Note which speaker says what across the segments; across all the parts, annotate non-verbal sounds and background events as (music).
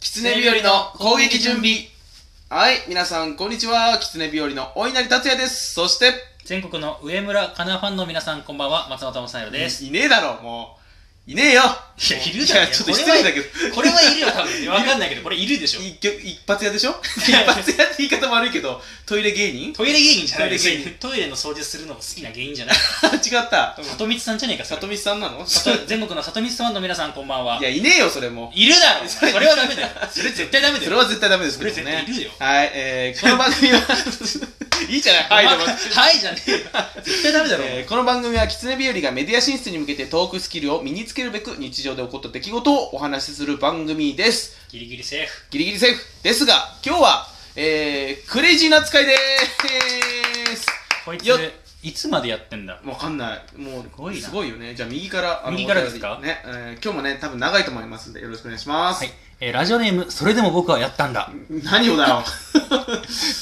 Speaker 1: つね日和の攻撃準備はい皆さんこんにちはきつね日和のお稲荷達也ですそして
Speaker 2: 全国の上村かなファンの皆さんこんばんは松本さよです
Speaker 1: いいねえだろもういねえよ
Speaker 2: いやいるだろ
Speaker 1: いやちょっと失礼だけど
Speaker 2: これはいるよ多分わかんないけどこれいるでしょ
Speaker 1: 一挙一発屋でしょ一発屋って言い方悪いけどトイレ芸人 (laughs) 違っ
Speaker 2: トイレ芸人じゃない
Speaker 1: トイレ芸人
Speaker 2: トイレの掃除するのも好きな芸人じゃない
Speaker 1: た
Speaker 2: 里光さんじゃねえかそれ
Speaker 1: 里見さんなの
Speaker 2: さと全国の里光ファンの皆さんこんばんはい
Speaker 1: やいねえよそれも
Speaker 2: いるだろそれはダメだよそれ絶対ダメだ
Speaker 1: そ
Speaker 2: よ
Speaker 1: れは絶対ダメです
Speaker 2: そ
Speaker 1: け
Speaker 2: れ
Speaker 1: ど
Speaker 2: 絶
Speaker 1: ね
Speaker 2: 対いるよ
Speaker 1: はいえー、この番
Speaker 2: (laughs)
Speaker 1: 組はいいじゃないはい
Speaker 2: ま
Speaker 1: でも
Speaker 2: はいじゃねえよ絶対ダメだろ
Speaker 1: えーこの番組は狐日和がメディア進出に向けてトークスキルを身につけるべく日常で起こった出来事をお話しする番組です
Speaker 2: ギリギリセーフ
Speaker 1: ギリギリセーフですが今日は、えークレイジーな使いでーす
Speaker 2: こいつ
Speaker 1: よっ
Speaker 2: いつまでやってんだ
Speaker 1: わかんないもうす
Speaker 2: ごいな
Speaker 1: よねじゃあ右から
Speaker 2: 右からですか
Speaker 1: お便りね、えー今日もね多分長いと思いますんでよろしくお願いします、 (laughs)
Speaker 2: はい、えーラジオネームそれでも僕はやったんだ
Speaker 1: 何をだ (laughs) よ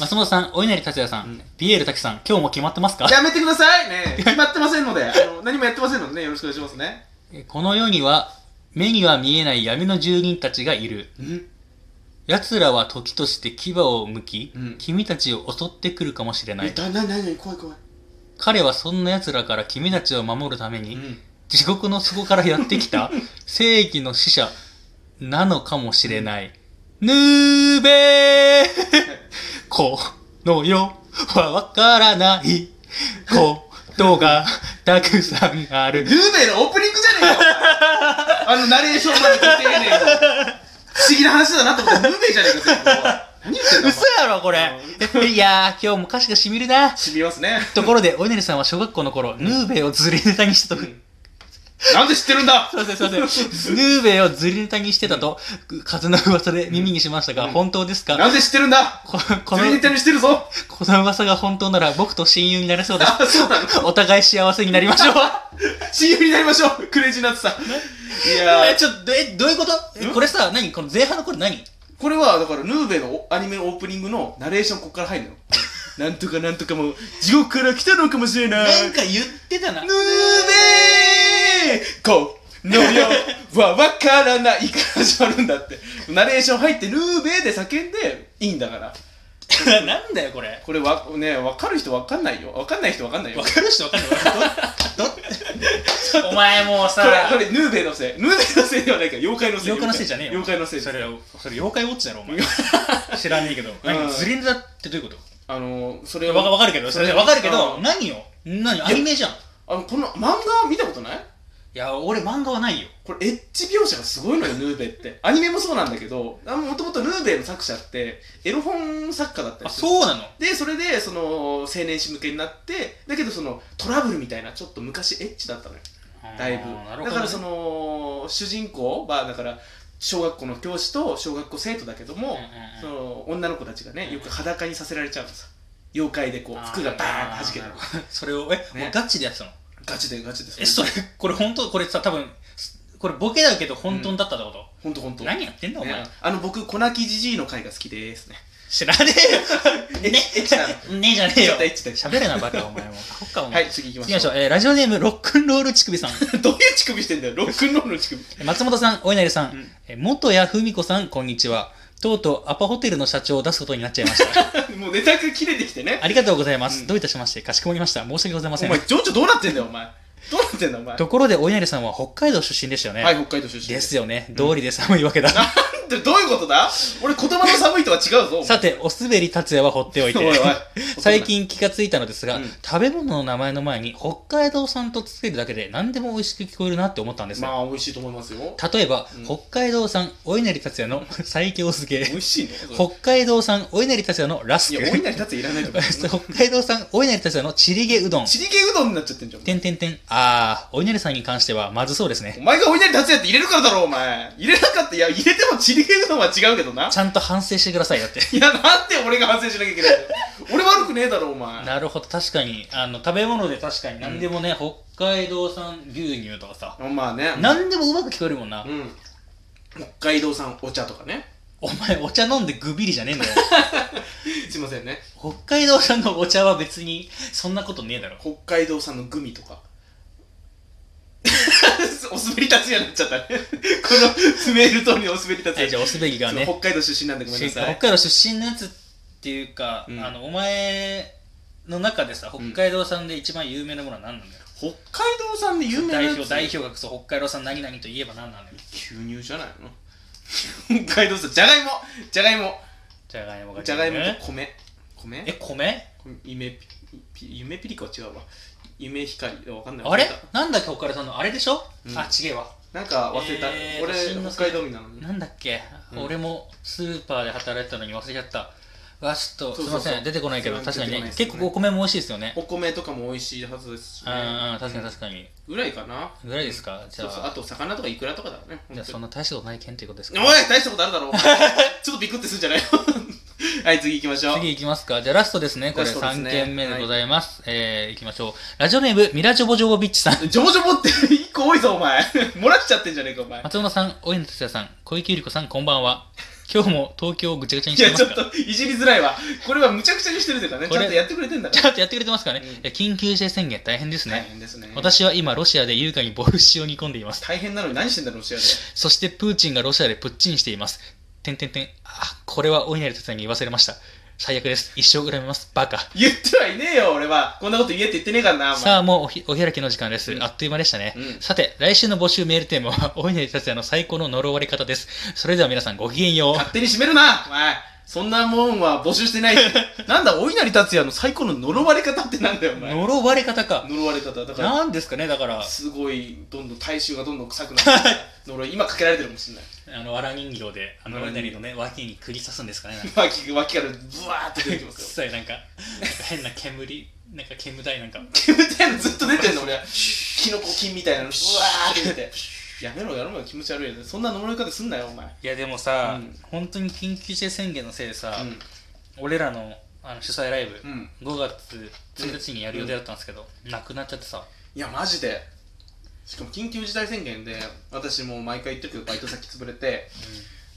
Speaker 2: 松本さんお稲荷達也さん、
Speaker 1: うん
Speaker 2: ピエール滝さん今日も決まってますか
Speaker 1: やめてくださいね (laughs) 決まってませんのであの何もやってませんのでねよろしくお願いしますね
Speaker 2: えこの世には目には見えない闇の住人たちがいる。
Speaker 1: うん
Speaker 2: 奴らは時として牙を剥き、
Speaker 1: うん
Speaker 2: 君たちを襲ってくるかもしれな
Speaker 1: え
Speaker 2: い。
Speaker 1: だななな怖い怖い、
Speaker 2: 彼はそんな奴らから君たちを守るために、
Speaker 1: ん、
Speaker 2: 地獄の底からやってき (laughs) た正義の使者なのかもしれない。ぬーべー (laughs) この世はわからないことがたくさんある
Speaker 1: ルー。ベのオープニングじゃねえかお前あのナレーションまで聞いてねえ不思議な話だなと思ったらルーベじゃねえか全部何言ってんだお前
Speaker 2: 嘘やろこれいやー今日も歌詞がしみるな
Speaker 1: しびますね
Speaker 2: ところでお稲荷さんは小学校の頃ヌーベイをズリネタにしてたと、
Speaker 1: なんで知ってるんだ
Speaker 2: すいませんすいません (laughs) ヌーベイをズリネタにしてたと風の噂で耳にしましたが、
Speaker 1: うん
Speaker 2: 本当ですか
Speaker 1: なんで知ってるんだ
Speaker 2: ここ
Speaker 1: 釣
Speaker 2: の
Speaker 1: りネタにしてるぞ
Speaker 2: この噂が本当なら僕と親友になれそうです
Speaker 1: あそう (laughs) なの
Speaker 2: お互い幸せになりましょう
Speaker 1: 親友になりましょうクレイジーナッツさんいや
Speaker 2: え
Speaker 1: ー
Speaker 2: ちょっとえどういうことえ
Speaker 1: ん
Speaker 2: これさ何この前半のこれ何
Speaker 1: これはだからヌーベのアニメオープニングのナレーションここから入るのよなんとかなんとかもう地獄から来たのかもしれない
Speaker 2: なんか言ってたな
Speaker 1: ぬべーこの世はわからないから始まるんだってナレーション入ってぬーべーで叫んでいいんだから
Speaker 2: (laughs) なんだよこれ
Speaker 1: これわねわかる人わかんないよわかんない人わかんないよ
Speaker 2: わ
Speaker 1: こ
Speaker 2: かる人わか
Speaker 1: (laughs)
Speaker 2: んないどど (laughs) お前もうさ
Speaker 1: れこれヌーベーのせいヌーベーのせいではないから妖怪のせい
Speaker 2: 妖怪のせいじゃねえよ
Speaker 1: 妖怪のせいで
Speaker 2: そ
Speaker 1: す
Speaker 2: れそれ妖怪ウォッチだろお前知らねえけど
Speaker 1: うん
Speaker 2: 何ズリンダってどういうこ
Speaker 1: あのーそれ
Speaker 2: とわかわかるけどそれわかるけ
Speaker 1: う
Speaker 2: ど
Speaker 1: ん
Speaker 2: 何よ何アニメじゃんい
Speaker 1: あのこの漫画見たことない
Speaker 2: や俺漫画はないよ
Speaker 1: これエッジ描写がすごいのよヌーベーってアニメもそうなんだけどもともとヌーベーの作者ってエロ本作家だった
Speaker 2: あ
Speaker 1: りする
Speaker 2: そうなの
Speaker 1: でそれでその青年誌向けになってだけどそのトラブルみたいなちょっと昔エッチだったのよだいぶ、
Speaker 2: あーなるほどね
Speaker 1: だからその主人公はだから小学校の教師と小学校生徒だけども、
Speaker 2: うんうんうん
Speaker 1: その女の子たちが
Speaker 2: う
Speaker 1: ね
Speaker 2: ん
Speaker 1: よく裸にさせられちゃうのさ妖怪でこう服がバーンってはじけたの
Speaker 2: あーなるほどそれをえ
Speaker 1: ね
Speaker 2: もうガチでやってたの
Speaker 1: ガチでガチで
Speaker 2: えそれこれ本当これさ多分これボケだけど本当だったってこ
Speaker 1: ほんとほんと
Speaker 2: と何やってんだお前
Speaker 1: ねあの僕粉木じじいの回が好きですね
Speaker 2: 知らねえよね
Speaker 1: エッチなの
Speaker 2: (laughs) ねえじゃねえよ
Speaker 1: エッチだエッチだ
Speaker 2: 喋れなバカお前もそっかお
Speaker 1: は
Speaker 2: 前
Speaker 1: い次行き
Speaker 2: 行
Speaker 1: ま
Speaker 2: き
Speaker 1: しょ
Speaker 2: ま
Speaker 1: う
Speaker 2: しょうえーラジオネームロックンロール乳首さん
Speaker 1: (laughs) どういう乳首してんだよロックンロールの乳首
Speaker 2: 松本さん、お稲荷さ
Speaker 1: うん
Speaker 2: ん、え元谷文子さん、こんにちは。とうとうアパホテルの社長を出すことになっちゃいました。 (laughs)
Speaker 1: (laughs) もうネタが切れてきてね
Speaker 2: ありがとうございま
Speaker 1: うん
Speaker 2: す。どういたしまして、かしこまりました。申し訳ございませ
Speaker 1: お前
Speaker 2: ん。
Speaker 1: 情緒どうなってんだよお前どうなってんだお前
Speaker 2: ところで、お稲荷さんは北海道出身ですよね。
Speaker 1: はい北海道出身
Speaker 2: ですよね。道理で寒いわけだ。
Speaker 1: なんでどういうことだ俺言葉の寒いとは
Speaker 2: (laughs)
Speaker 1: 違うぞお前
Speaker 2: さて、おすべり達也は放っておいて
Speaker 1: おいおい。
Speaker 2: 最近気がついたのですが、
Speaker 1: うん
Speaker 2: 食べ物の名前の前に北海道産とつけるだけで何でも美味しく聞こえるなって思ったんです。
Speaker 1: まあ美味しいと思いますよ
Speaker 2: 例えば、
Speaker 1: うん
Speaker 2: 北海道産お稲荷達也の最強漬け
Speaker 1: 美、味しいの
Speaker 2: 北海道産お稲荷達也のラ
Speaker 1: い
Speaker 2: スク。
Speaker 1: やお稲荷達也いらないと思う
Speaker 2: (laughs) 北海道産お稲荷たちのチリゲうどん。
Speaker 1: ちりげうどんになっちゃってんじゃん
Speaker 2: てんてんてん。あー、お稲荷さんに関してはまずそうです
Speaker 1: お
Speaker 2: ね。
Speaker 1: 前がお稲荷達也って入れるからだろお前入れなかったいや入れてもちりげうどんは違うけどな
Speaker 2: ちゃんと反省してください、だって。
Speaker 1: いやなんで俺が反省しなきゃいけないんだよ俺悪くねえだろお前
Speaker 2: なるほど、確かに。あの、食べ物で確かに何でもね、北海道産牛乳とかさ。
Speaker 1: まあね
Speaker 2: 何でもうまく聞こえるもんな。
Speaker 1: うん北海道産お茶とかね
Speaker 2: お前、お茶飲んでグビリじゃねえ
Speaker 1: (laughs)
Speaker 2: んだよ。
Speaker 1: すいませんね
Speaker 2: 北海道
Speaker 1: (laughs)
Speaker 2: 産のお茶は別に、そんなことねえだろ。
Speaker 1: 北海道産のグミとか (laughs) お滑り立つやなっちゃったねこのメール通りのお滑り立つ
Speaker 2: えじゃあおすべきがね
Speaker 1: そう北海道出身なんでごめんなさ
Speaker 2: 北
Speaker 1: い
Speaker 2: 海道出身のやつっていうか、
Speaker 1: うん
Speaker 2: あのお前の中でさ北海道産で一番有名なものは何なんだよ、
Speaker 1: 北海道産で有名な
Speaker 2: 代
Speaker 1: や
Speaker 2: 表
Speaker 1: つ
Speaker 2: 代表がそう北海道産何々といえば何なんだよ
Speaker 1: 牛乳じゃないの北海道産じゃがいもじゃがいも
Speaker 2: じゃがいもが
Speaker 1: じゃがいもと米米
Speaker 2: え米
Speaker 1: 夢ピピ夢ピリカは違うわ夢光あわかんない
Speaker 2: あれなんだっけ北海道産のあれでしょ、
Speaker 1: うん
Speaker 2: あ違えわ
Speaker 1: なんか忘れた、
Speaker 2: えー
Speaker 1: 俺
Speaker 2: しんのすけ
Speaker 1: 北海道民なのに
Speaker 2: なんだっけ、
Speaker 1: うん
Speaker 2: 俺もスーパーで働いてたのに忘れちゃったわちょ
Speaker 1: そう
Speaker 2: っとす
Speaker 1: そ
Speaker 2: い
Speaker 1: うそ
Speaker 2: ま
Speaker 1: う
Speaker 2: せん出てこないけど
Speaker 1: そう
Speaker 2: 確かに
Speaker 1: 出てこない
Speaker 2: ね
Speaker 1: ですよね
Speaker 2: 結構お米も美味しいですよね
Speaker 1: お米とかも美味しいはずですし、
Speaker 2: う
Speaker 1: ね、
Speaker 2: んうん確かに確かに
Speaker 1: ぐらいかな
Speaker 2: ぐらいですかじ
Speaker 1: そ
Speaker 2: ゃ
Speaker 1: うそうあ
Speaker 2: あ
Speaker 1: と魚とかイクラとかだね
Speaker 2: じゃあそんな大したことない県ということです
Speaker 1: お
Speaker 2: か
Speaker 1: い大したことあるだ
Speaker 2: (laughs)
Speaker 1: ろうちょっとビクってするんじゃないよ (laughs) はい次行きましょう
Speaker 2: 次行きますか。じゃあラストですね。これ
Speaker 1: ラストです
Speaker 2: 3
Speaker 1: ね
Speaker 2: 件目でございます。えー、行きましょう。ラジオネーム、ミラジョボジョボビッチさん。
Speaker 1: ジョボジョボって一個多いぞお前 (laughs) 漏らしちゃってんじゃねえかお前
Speaker 2: 松本さん、大野哲也さん、小池百合子さん、こんばんは。今日も東京をぐちゃぐちゃに
Speaker 1: い
Speaker 2: して
Speaker 1: や
Speaker 2: ま
Speaker 1: ちょ
Speaker 2: す
Speaker 1: っ
Speaker 2: か
Speaker 1: といじりづらいわこれはむちゃくちゃにしてるというかね
Speaker 2: こ
Speaker 1: ち
Speaker 2: れ
Speaker 1: ゃんとやってくれてんだか
Speaker 2: ちゃんとやってくれてますからね
Speaker 1: うん。
Speaker 2: いや緊急事態宣言大変です
Speaker 1: ら大
Speaker 2: ね。
Speaker 1: 変ですね
Speaker 2: 私は今、ロシアで優雅にボルシチを煮込んでいます。
Speaker 1: 大変なのに何してんだろうシアで
Speaker 2: そして、プーチンがロシアでプッチンしています。てんてんてん。あ、これは大稲哲也に言わせれました。最悪です。一生恨みます。バカ。
Speaker 1: 言ってはいねえよ俺はこんなこと言えって言ってねえからなお前
Speaker 2: さあ、もうおひお開きの時間です。
Speaker 1: うん
Speaker 2: あっという間でしたね。
Speaker 1: うん
Speaker 2: さて、来週の募集メールテーマは、大稲達也の最高の呪われ方です。それでは皆さんごきげんよう。
Speaker 1: 勝手に締めるなお前そんなもんは募集して
Speaker 2: (laughs)
Speaker 1: ないしなんだお稲荷達也の最高の呪われ方ってなんだよお前
Speaker 2: 呪われ方か。
Speaker 1: 呪われ方だから
Speaker 2: なんですかね、だから、
Speaker 1: すごいどんどん体臭がどんどん臭くなってきて呪い今かけられてるかもしれない
Speaker 2: あの、わら人形で、あの、
Speaker 1: わ
Speaker 2: お
Speaker 1: ら人形
Speaker 2: 稲荷のね、脇に釘刺すんですかね。なん (laughs) か
Speaker 1: 脇脇からブワーって出てきますよ
Speaker 2: 臭い、なんか、なんか変な煙、なんか煙たい、なんか。
Speaker 1: 煙みたいなのずっと出てんの俺 (laughs) キノコ菌みたいなのブワーって出てやめろやめろ気持ち悪いよねそんな呪い方すんなよお前
Speaker 2: いや、でもさ、
Speaker 1: うん
Speaker 2: 本当に緊急事態宣言のせいでさ、
Speaker 1: う
Speaker 2: 俺らのあの主催ライブ、
Speaker 1: んうん
Speaker 2: 5月1日にやる予定だったんですけど、なくなっちゃってさ、
Speaker 1: いやマジでしかも緊急事態宣言で私もう毎回言ってるけどバイト先潰れて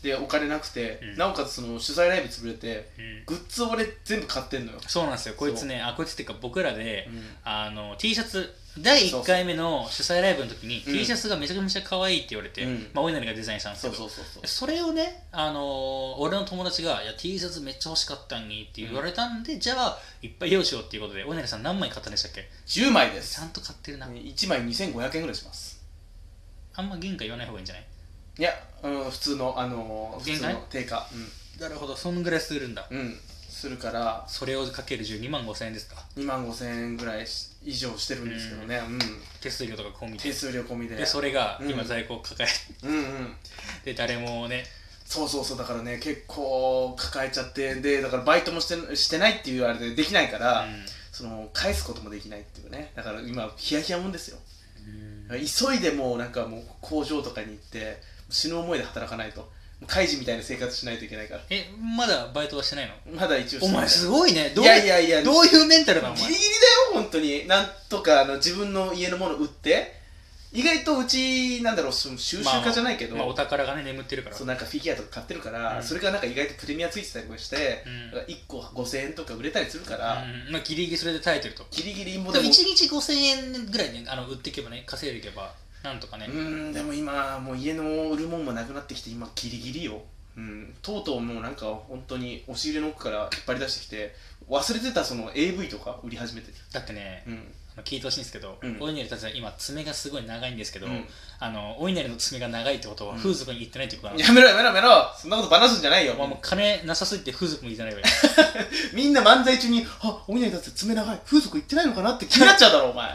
Speaker 1: でお金なくて、
Speaker 2: うん
Speaker 1: なおかつその主催ライブ潰れて
Speaker 2: うんうん
Speaker 1: グッズを俺全部買ってんのよ、
Speaker 2: そうなんですよこいつねあこいつっていうか僕らで、
Speaker 1: うん
Speaker 2: あの T シャツ第
Speaker 1: そうそ
Speaker 2: 1
Speaker 1: う
Speaker 2: 回目の主催ライブの時に、
Speaker 1: うん
Speaker 2: T シャツがめちゃくちゃ可愛いって言われて、
Speaker 1: うん
Speaker 2: まあ、お稲荷がデザインしたんです
Speaker 1: そ
Speaker 2: け
Speaker 1: う
Speaker 2: ど
Speaker 1: そうそうそう
Speaker 2: それをね、あのー俺の友達が「いや T シャツめっちゃ欲しかったんに」って言われたんで、じゃあいっぱい用意しようっていうことでお稲荷さん何枚買ったんでしたっけ
Speaker 1: 10枚で
Speaker 2: ち
Speaker 1: す
Speaker 2: ゃんと買ってるな、
Speaker 1: 1枚2500円ぐらいします
Speaker 2: あんま原価言わない方がいいんじゃない
Speaker 1: いや、うん、普通のあのー普
Speaker 2: 限
Speaker 1: 通
Speaker 2: 界
Speaker 1: の定価
Speaker 2: なるほどそんぐらいするんだ
Speaker 1: うん、うん、するから
Speaker 2: それをかける12万5000円ですか
Speaker 1: 2万5000円ぐらいし以上してるんですけどね、うん
Speaker 2: 手数料とか込み
Speaker 1: 手
Speaker 2: で
Speaker 1: 数料込みで
Speaker 2: でそれが今
Speaker 1: うん
Speaker 2: 在庫を抱
Speaker 1: うんうん
Speaker 2: えて誰もね
Speaker 1: そうそうそうだからね結構抱えちゃってでだからバイトもしてしてないっていうあれでできないから、
Speaker 2: うん
Speaker 1: その返すこともできないっていうねだから今ヒヤヒヤもんですよ
Speaker 2: うん
Speaker 1: 急いでもうなんかもう工場とかに行って死ぬ思いで働かないともうカイジみたいな生活しないといけないから
Speaker 2: えまだバイトはしてないの
Speaker 1: まだ一応
Speaker 2: お前すごいねどう
Speaker 1: いやいやいや
Speaker 2: どういうメンタルなのお
Speaker 1: ギリ
Speaker 2: 前
Speaker 1: ギリだよ本当になんとかあの自分の家のもの売って意外とうちなんだろうその収集家じゃないけど、
Speaker 2: まあまあお宝がね眠ってるから
Speaker 1: そうなんかフィギュアとか買ってるから、
Speaker 2: うん
Speaker 1: それがなんか意外とプレミアついてたりもして、
Speaker 2: うん
Speaker 1: だから1個5000円とか売れたりするから、
Speaker 2: うんまあ、ギリギリそれで耐えてると
Speaker 1: ギリギリも
Speaker 2: で
Speaker 1: で
Speaker 2: も
Speaker 1: も
Speaker 2: 1日5000円ぐらいねあの売っていけばね稼いでいけばなんとかね、
Speaker 1: うーんでも今もう家の売るもんもなくなってきて今ギリギリよ、うん、とうとうもうなんか本当に押し入れの奥から引っ張り出してきて忘れてたその AV とか売り始めてる
Speaker 2: だってね、
Speaker 1: うん
Speaker 2: あの聞いてほしいんですけど、
Speaker 1: うん
Speaker 2: お稲荷たちは今爪がすごい長いんですけど、
Speaker 1: うん
Speaker 2: あのお稲荷の爪が長いってことは
Speaker 1: うん
Speaker 2: 風俗に行ってないってことなの、
Speaker 1: やめろやめろやめろそんなことばらすんじゃないよ
Speaker 2: お前もう金なさすぎて風俗も行ってないわよ
Speaker 1: みんな漫才中に「あお稲荷だって爪長い風俗行ってないのかな?」って気になっちゃうだろお前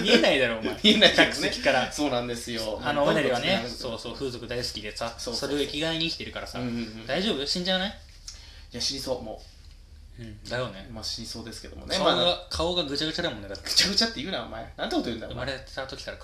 Speaker 1: (laughs)
Speaker 2: 見えないだろお前
Speaker 1: 見えないけどね
Speaker 2: 客席から
Speaker 1: そうなんですよ
Speaker 2: あのお稲荷はねそううそう風俗大好きでさ
Speaker 1: そう
Speaker 2: そ
Speaker 1: そうそう
Speaker 2: れを生きがいに生きてるから
Speaker 1: う
Speaker 2: さ、
Speaker 1: んうんうんい
Speaker 2: 大丈夫死んじゃわない
Speaker 1: や死にそうも
Speaker 2: うんだよね
Speaker 1: う、まあ、死にそうですけどもね
Speaker 2: 顔
Speaker 1: ま
Speaker 2: が、
Speaker 1: あ
Speaker 2: 顔がぐちゃぐちゃだもんねだって
Speaker 1: ぐちゃぐちゃって言うなお前なんてこと言うんだよ
Speaker 2: 生
Speaker 1: お
Speaker 2: ま
Speaker 1: 前
Speaker 2: れた時から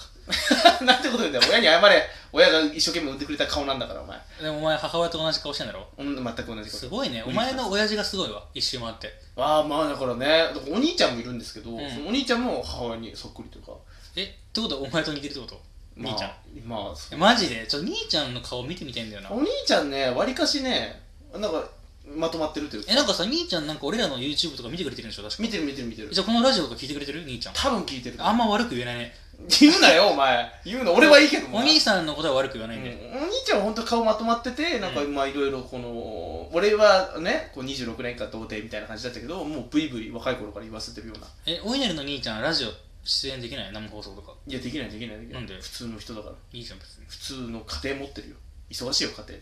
Speaker 2: か
Speaker 1: なんてこと言うんだよ親に謝れ親が一生懸命産んでくれた顔なんだからお前
Speaker 2: でもお前母親と同じ顔してんだろ
Speaker 1: うん全く同じこ
Speaker 2: す
Speaker 1: と
Speaker 2: ごいねお前の親父がすごいわ一周回って
Speaker 1: ああまあだからねだからお兄ちゃんもいるんですけど、
Speaker 2: うん
Speaker 1: そのお兄ちゃんも母親にそっくりというか、
Speaker 2: えってことはお前と似てるってこと
Speaker 1: まあ、
Speaker 2: 兄ちゃん
Speaker 1: まあそう
Speaker 2: えマジでちょ兄ちゃんの顔見てみたいんだよな
Speaker 1: お兄ちゃんねわりかしねなんかまとまってるというか
Speaker 2: え、なんかさ、兄ちゃんなんか俺らの YouTube とか見てくれてるんでしょ確か
Speaker 1: 見てる見てる見てる
Speaker 2: じゃあこのラジオとか聞いてくれてる兄ちゃん。
Speaker 1: 多分聞いてる
Speaker 2: あんま悪く言えないね。
Speaker 1: 言うな
Speaker 2: (laughs)
Speaker 1: よお前言うの俺はいいけどな
Speaker 2: お兄さんのことは悪く言わない
Speaker 1: うんん
Speaker 2: で。
Speaker 1: お兄ちゃんは本当顔まとまっててなんか
Speaker 2: うん
Speaker 1: まあいろいろこの俺はねこう26年間童貞みたいな感じだったけどもうブイブイ若い頃から言わせてるような
Speaker 2: え、おいなりの兄ちゃんラジオ出演できない生放送とか。
Speaker 1: いやできないできないできない
Speaker 2: なんで
Speaker 1: 普通の人だから
Speaker 2: いいじゃん、別に。
Speaker 1: 普通の家庭持ってるよ忙しいよ家庭で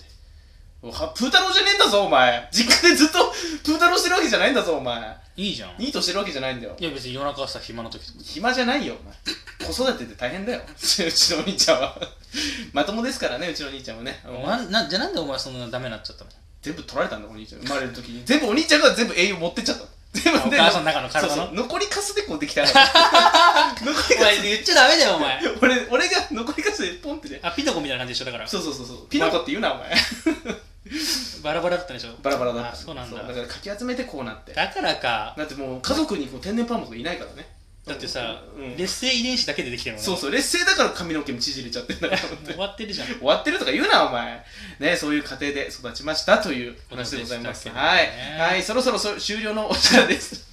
Speaker 1: おはプータローじゃねえんだぞお前実家でずっとプータローしてるわけじゃないんだぞお前
Speaker 2: いいじゃん。
Speaker 1: ニートしてるわけじゃないんだよ
Speaker 2: いや別に夜中さ、暇な時とか。
Speaker 1: 暇じゃないよお前子育てって大変だようちのお兄ちゃんはまともですからねうちのお兄ちゃんもねあの
Speaker 2: ななじゃあなんでお前そんなダメになっちゃ
Speaker 1: (laughs)
Speaker 2: ったの
Speaker 1: 全部取られたんだお兄ちゃん生まれる時に全部お兄ちゃんが全部栄養持ってっちゃったの全部
Speaker 2: お母さんの中の体の
Speaker 1: そうそう残りカスでこうできた残
Speaker 2: (laughs)
Speaker 1: り
Speaker 2: お
Speaker 1: カ
Speaker 2: 前
Speaker 1: ス
Speaker 2: 言っちゃダメだよお前
Speaker 1: 俺俺が残りカスでポンってね
Speaker 2: あピノコみたいな感じでしょだから
Speaker 1: そうそうそうそうピノコって言うなお前
Speaker 2: バラバラだったでしょ
Speaker 1: バラバラだった
Speaker 2: あそうなんだ
Speaker 1: だからかき集めてこうなって
Speaker 2: だからか
Speaker 1: だってもう家族にこう天然パーマとかいないからね
Speaker 2: だってさ、
Speaker 1: うん
Speaker 2: 劣勢遺伝子だけでできてるもんね
Speaker 1: そうそう劣勢だから髪の毛も縮れちゃってんだから
Speaker 2: もう終わってるじゃん
Speaker 1: 終わってるとか言うなお前ねそういう家庭で育ちましたという話でございます、
Speaker 2: そうでした
Speaker 1: はい
Speaker 2: けどね
Speaker 1: はいそろそろそ終了のお時間です
Speaker 2: (laughs)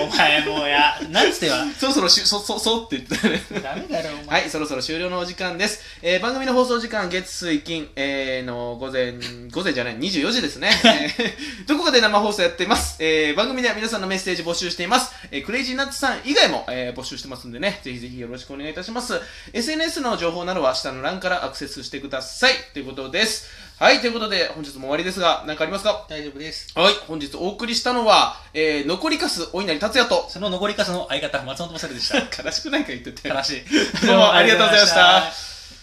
Speaker 2: お前もうやなんつっ
Speaker 1: (laughs)
Speaker 2: ては
Speaker 1: そろそろしゅそそそって言ったね
Speaker 2: ダメだろお
Speaker 1: は
Speaker 2: 前
Speaker 1: い、そろそろ終了のお時間です。えー番組の放送時間、月、水、金、えーの午前、午前じゃない、24時 (laughs) ですね。えーどこかで生放送やってます。えー番組では皆さんのメッセージ募集しています。えークレイジーナッツさん以外も、えー募集してますんでね、ぜひぜひよろしくお願いいたします。SNS の情報などは下の欄からアクセスしてください。ということです。はい、ということで、本日も終わりですが、何かありますか
Speaker 2: 大丈夫です
Speaker 1: はい、本日お送りしたのは、えー残りかす、お稲荷達也と、
Speaker 2: その残りかすの相方松本まさるでした
Speaker 1: 悲しくないか言ってて。
Speaker 2: 悲しい
Speaker 1: (laughs) どうもありがとうございました。